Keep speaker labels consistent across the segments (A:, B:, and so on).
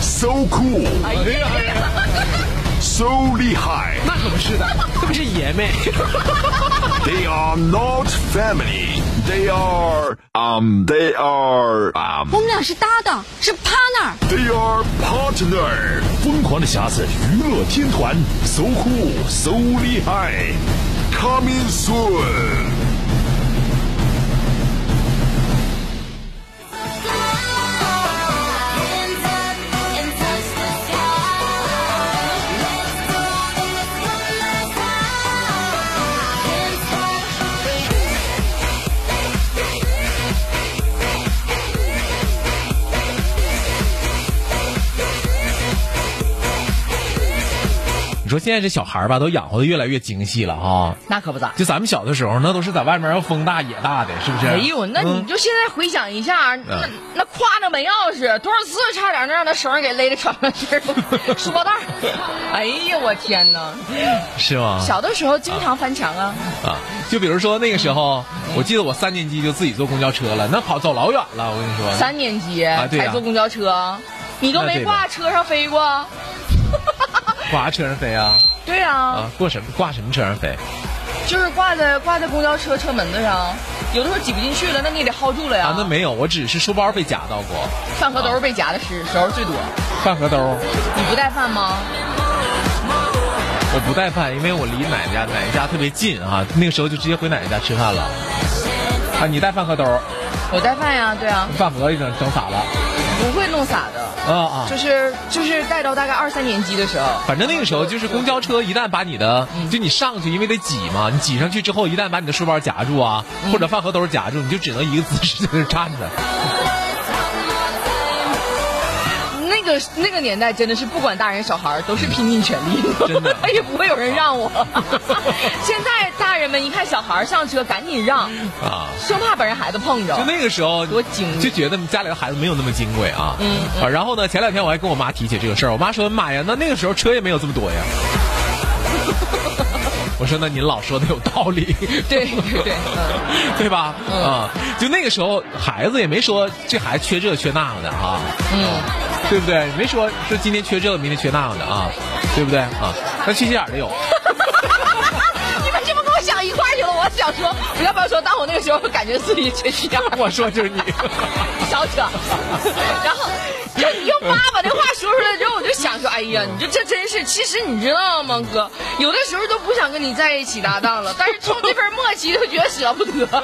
A: So cool, so 厉害.
B: 那可不是的，特别是爷们。
A: They are not family. They are um. They are um.
C: 我们俩是搭档，是 partner。
A: They are partner. 疯狂的匣子娱乐天团，so cool, so 厉害，coming soon.
B: 你说现在这小孩儿吧，都养活的越来越精细了啊。
D: 那可不咋。
B: 就咱们小的时候，那都是在外面要风大野大的，是不是？
D: 哎呦，那你
B: 嗯
D: 就现在回想一下，那那挎着门钥匙，多少次差点能让他手上给勒的喘不上气儿，书包袋儿。 哎呀，我天哪！
B: 啊嗯是吗？
D: 小的时候经常翻墙啊，
B: 啊，就比如说那个时候，我记得我三年级就自己坐公交车了，那跑走老远了，我跟你说。
D: 三年级
B: 啊对呀
D: 才坐公交车，你都
B: 那对
D: 没
B: 吧
D: 挂车上飞过。
B: 挂车上飞啊？
D: 对啊，
B: 啊，过什么挂什么车上飞？
D: 就是挂在挂在公交车车门子上，有的时候挤不进去了，那你也得薅住了呀。
B: 啊，那没有，我只是书包被夹到过，
D: 饭盒兜被夹的时时候最多。
B: 饭盒兜儿
D: 你不带饭吗？
B: 我不带饭，因为我离奶奶家奶奶家特别近啊，那个时候就直接回奶奶家吃饭了。啊，你带饭盒兜儿，
D: 我带饭呀，对啊，
B: 饭盒已经整洒了
D: 不会弄洒的。
B: 啊啊！
D: 就是就是带到大概二三年级的时候，
B: 反正那个时候就是公交车，一旦把你的就你上去，因为得挤嘛，你挤上去之后，一旦把你的书包夹住啊，或者饭盒兜夹住，你就只能一个姿势在那站着。
D: 那个那个年代真的是不管大人小孩儿都是拼尽全力，
B: 真 的
D: 也不会有人让 我。现在大人们一看小孩儿上车，赶紧让，
B: 啊。
D: 生怕把人孩子碰着
B: 就。那个时候，
D: 啊多精
B: 就觉得家里的孩子没有那么金贵啊。嗯啊，然后呢，前两天我还跟我妈提起这个事儿，我妈说：“妈呀，那那个时候车也没有这么多呀。” 我说：“那您老说的有道理，
D: 对对，嗯
B: 对吧？啊、就那个时候孩子也没说这孩子缺这缺那个的啊，
D: 嗯，
B: 对不对？没说说今天缺这个，明天缺那个的啊，对不对啊？那缺心眼儿的有。”
D: 啊你们这不跟我想一块儿去了？我想说，我要不要说，当我那个时候感觉自己缺心眼儿，
B: 我说 就是你，
D: 少扯。然后就用妈把这话说出来之后，我就想说，哎呀，你这这真是，其实你知道吗，哥，有的时候都不想跟你在一起搭档了，但是冲这份默契，就觉得舍不得。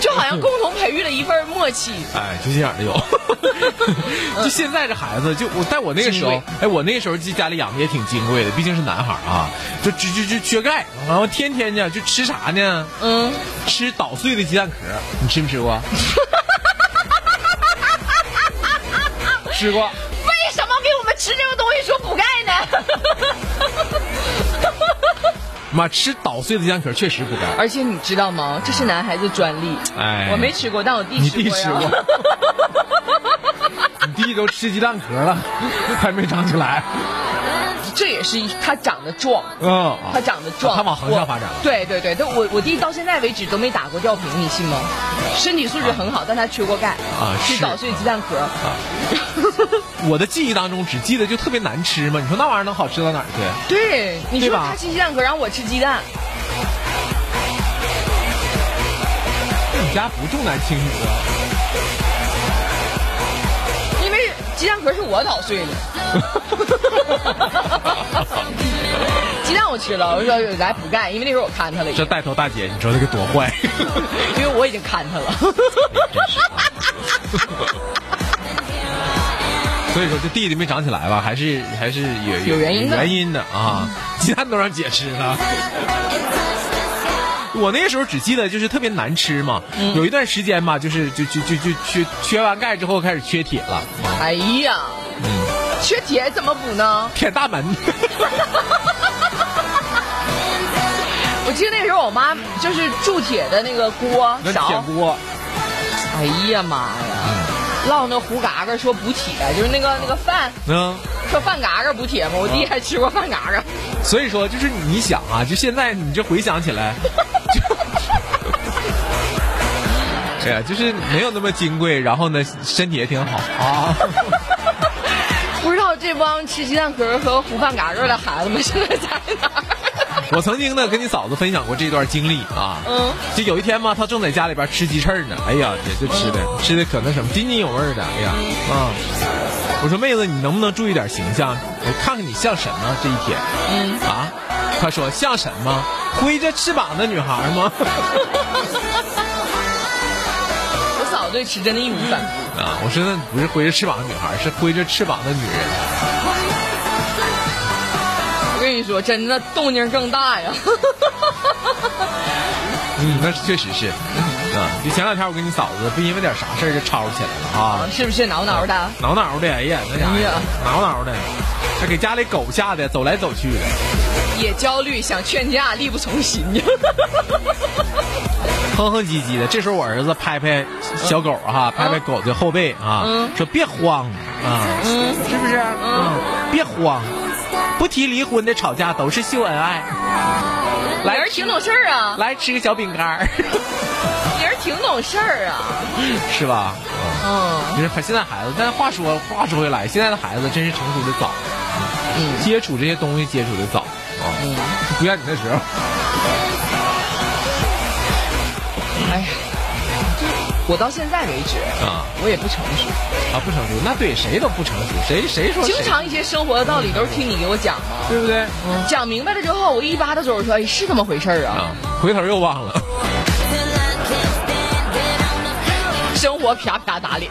D: 就好像共同培育了一份默契，
B: 哎，缺心眼儿的 有。就现在这孩子，就我在我那个时候
D: 金，
B: 哎，我那个时候家里养的也挺金贵的，毕竟是男孩儿啊，就就就就缺钙，然后天天呢就吃啥呢？
D: 嗯，
B: 吃捣碎的鸡蛋壳，你吃没吃 过？吃过。
D: 为什么给我们吃这个东西说补钙呢？
B: 妈，吃捣碎的鸡蛋壳确实补钙。
D: 而且你知道吗？这是男孩子专利。
B: 哎
D: 我没吃过，但我弟
B: 你
D: 吃
B: 弟
D: 过
B: 吃
D: 呀。
B: 过， 你弟都吃鸡蛋壳了，还没长起来。
D: 这也是一他长得壮，
B: 嗯，
D: 他长得壮，
B: 啊他往横向发展了
D: 我对对对，但我我弟到现在为止都没打过吊瓶，你信吗？身体素质很好，但他缺过钙
B: 啊
D: 去
B: 是啊
D: 捣碎鸡蛋壳。
B: 我的记忆当中只记得就特别难吃嘛，你说那玩意儿能好吃到哪儿去？
D: 对，你
B: 对
D: 说
B: 吧
D: 他吃鸡蛋壳，然后我吃鸡蛋，
B: 你家不重男轻女啊？
D: 因为鸡蛋壳是我捣碎的。 鸡蛋我吃了，我说来补钙，因为那时候我看他了已
B: 这
D: 经，
B: 带头大姐，你说这个多坏？
D: 因为我已经看他了。
B: 所以说这弟弟没长起来吧，还是还是有
D: 有原因的
B: 原因的啊！鸡蛋都让姐吃了。我那个时候只记得就是特别难吃嘛，
D: 嗯
B: 有一段时间嘛，就是就就就就缺缺完钙之后开始缺铁了，
D: 哎呀，
B: 嗯
D: 缺铁怎么补呢？
B: 铁大门。
D: 我记得那时候我妈就是铸铁的那个锅
B: 那铁
D: 勺，
B: 锅，
D: 哎呀妈呀，烙那糊嘎嘎说补铁，就是那个那个饭
B: 嗯，
D: 说饭嘎嘎补铁嘛，我弟还吃过饭嘎 嘎。
B: 所以说就是你想啊，就现在你这回想起来，就 哎呀，就是没有那么金贵，然后呢，身体也挺好啊。
D: 不知道这帮吃鸡蛋壳儿和糊饭嘎嘎的孩子们现在在哪 儿？
B: 我曾经呢跟你嫂子分享过这段经历啊，
D: 嗯，
B: 就有一天嘛，她正在家里边吃鸡翅儿呢，哎呀，也就吃的、吃的可那什么津津有味儿的，哎呀，啊、我说妹子，你能不能注意点形象？我看看你像什么这一天，嗯啊，她说像什么？挥着翅膀的女孩吗？
D: 我嫂子对吃真的一无反顾。
B: 啊，我说那不是挥着翅膀的女孩，是挥着翅膀的女人。
D: 我跟你说，真的动静更大 呀！
B: 嗯，那确实是。啊，就前两天我跟你嫂子不因为点啥事儿就吵起来了啊，
D: 是不是挠挠的？
B: 挠挠的，哎呀，那家
D: 哎
B: 伙
D: 呀
B: 挠挠的，这给家里狗吓得走来走去的，
D: 也焦虑，想劝架，力不从心 呀。
B: 哼哼唧唧的。这时候我儿子拍拍小狗哈、拍拍狗的后背啊，说别慌啊，是不是？嗯，别慌，不提离婚的吵架都是秀恩爱。
D: 俩
B: 来
D: 人挺懂事儿啊，
B: 来吃个小饼干儿，
D: 俩人挺懂事儿啊。
B: 是吧？
D: 嗯，
B: 就是现在孩子，但话说话说回来，现在的孩子真是成熟的早，
D: 嗯
B: 接触这些东西接触的早啊， 不像你那时候。
D: 哎呀，我到现在为止
B: 啊，
D: 我也不成熟，
B: 啊，不成熟，那对谁都不成熟，谁谁说谁
D: 经常一些生活的道理都是听你给我讲嘛。
B: 对不对？
D: 讲明白了之后，我一巴掌嘴说：“哎，是这么回事儿
B: 啊，
D: 啊
B: 回头又忘了。！”
D: 生活啪啪打脸。